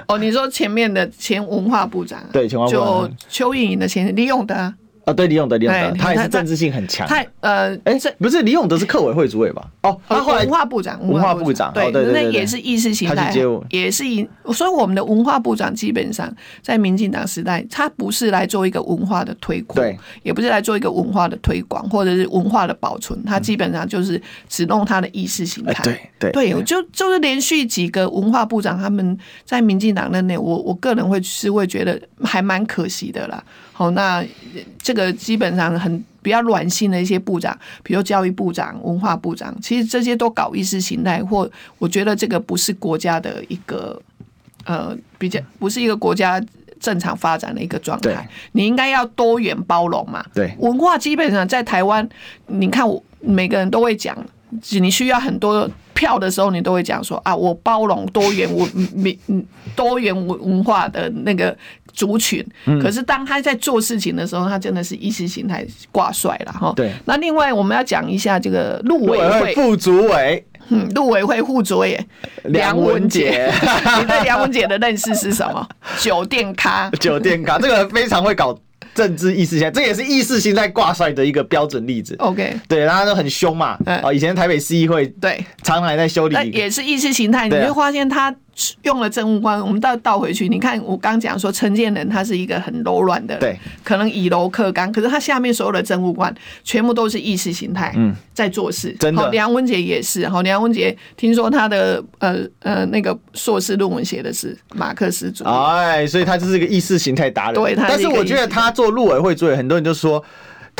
哦，你说前面的前文化部长啊、对前文化部长就邱意莹的前利用的啊，啊，对，李永德，李永德，对他也他是政治性很强。他呃，哎这，。不是李永德是客委会主委吧？哦，他后来文化部长，文化部长，对哦对对那对对也是意识形他态啊去接我，也是以，所以我们的文化部长基本上在民进党时代，他不是来做一个文化的推广对，也不是来做一个文化的推广或者是文化的保存，他基本上就是只弄他的意识形态。哎对对对，我就就是连续几个文化部长他们在民进党任内，我我个人会是会觉得还蛮可惜的啦。好，那这个基本上很比较软性的一些部长，比如教育部长、文化部长，其实这些都搞意识形态，或我觉得这个不是国家的一个呃比较，不是一个国家正常发展的一个状对态。你应该要多元包容嘛。对文化基本上在台湾，你看我每个人都会讲，你需要很多票的时候，你都会讲说啊，我包容多元 [LAUGHS] 文民多元文文化的那个族群。嗯可是当他在做事情的时候，他真的是意识形态挂帅了哈。对那另外我们要讲一下这个陆陆委委会会，副主委嗯，陆委会副主委梁文杰 [LAUGHS] 你对梁文杰的认识是什么？酒店咖。酒店咖，这个人非常会搞政治意识形态，这也是意识形态挂帅的一个标准例子。 OK，对，然后他都很凶嘛，哦嗯啊，以前台北市议会对。常常还在修那理，也是意识形态，你对啊会发现他用了政务官。我们倒倒回去，你看我刚讲说陈建仁他是一个很柔软的人，对，可能以柔克刚，可是他下面所有的政务官全部都是意识形态，嗯，在做事。真的好梁文杰也是，好，梁文杰听说他的呃呃那个硕士论文写的是马克思主义，哎，所以他就是一个意识形态达人。对他是但是一个我觉意得识他做陆委会主委，很多人就说。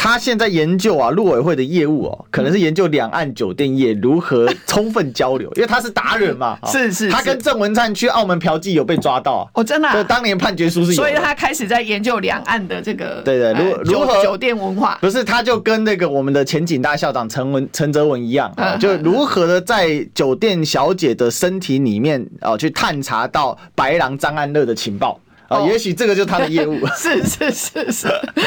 他现在研究啊，陆委会的业务哦，可能是研究两岸酒店业如何充分交 [LAUGHS] 流，因为他是达人嘛。哦是是他跟是郑文灿去澳门嫖妓有被抓到，哦，真的啊、就当年判决书是有的。所以他开始在研究两岸的这个对对如呃如酒何酒店文化，不是，他就跟那个我们的前警大校长陈文陈泽文一样，啊嗯就如何的在酒店小姐的身体里面啊去探查到白狼张安乐的情报啊，哦也许这个就是他的业务。 [LAUGHS] 是是是是， [LAUGHS]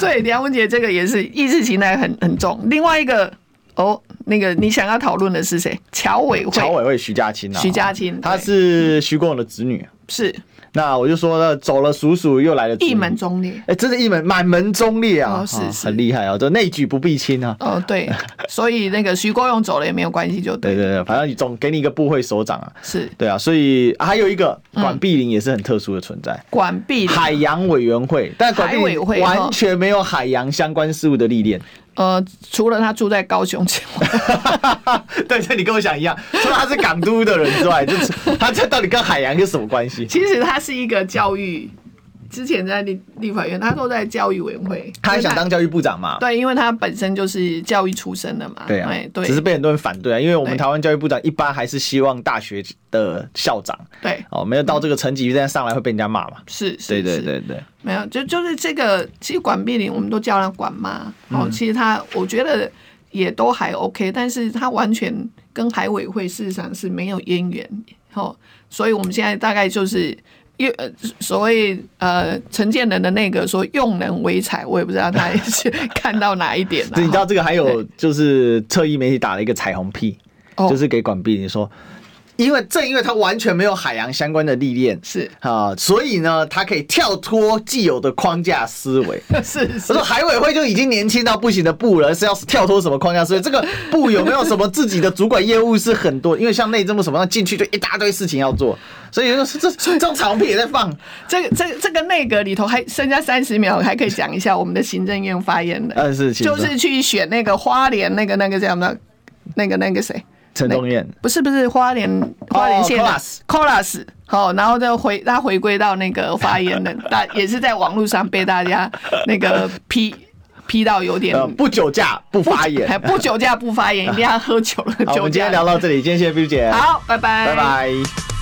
对，梁文杰这个也是意识形态很很重。另外一个哦，那个你想要讨论的是谁？侨委会，侨委会徐家清啊，徐家清她对是徐公的侄女。是那我就说呢，走了叔叔又来了侄女一门，忠烈。哎，真的一门满门忠烈啊，哦是啊是很厉害啊，这内举不避亲啊。哦， [LAUGHS] 对，所以那个徐国勇走了也没有关系，就对对，对对，反正总给你一个部会首长啊。是对啊，所以啊还有一个管碧玲也是很特殊的存在。管碧玲啊海洋委员会，但管碧海委玲会哦完全没有海洋相关事务的历练。 [LAUGHS] 呃，除了他住在高雄之外， [LAUGHS] 对，这你跟我想一样，除了他是港都的人之外，就是他这到底跟海洋有什么关系？其实他是一个教育，之前在立立法院，他都在教育委员会，他还想当因为教育部长嘛他？对，因为他本身就是教育出身的嘛，对啊哎，对，只是被很多人反对啊，因为我们对台湾教育部长一般还是希望大学的校长对哦，没有到这个层级，这样上来会被人家骂嘛。是，是嗯对对是对对，没有，就就是这个，其实管碧玲我们都叫她管妈哦，嗯其实她我觉得也都还 OK，但是她完全跟海委会事实上是没有渊源哦，所以我们现在大概就是。用呃所谓呃陈建仁的那个说用人为才，我也不知道他也 [LAUGHS] 是看到哪一点啊了、这你知道这个还有就是侧翼媒体打了一个彩虹屁，哦就是给管碧玲说。因为正因为他完全没有海洋相关的历练，是啊，所以呢，他可以跳脱既有的框架思维。是我是说海委会就已经年轻到不行的部了，是要跳脱什么框架思维？这个部有没有什么自己的主管业务是很多？因为像内政部什么进去就一大堆事情要做，所以就是 [LAUGHS] 这这种长片也在放。这个这这个内阁里头还剩下三十秒，还可以讲一下我们的行政院发言人，但呃是其实就是去选那个花莲那个那个叫什么，那个那个谁，陈东彦不是不是花莲花莲县的哦 Colas Colas 好，然后再回他回归到那个发言人，大也是在网络上被大家那个批批到有点呃 [LAUGHS] 不酒驾不发言。 [LAUGHS] 还不酒驾不发言，一定要喝酒了好，我酒们今驾天聊。到这里，今天谢谢 B 姐，好，拜拜，拜拜。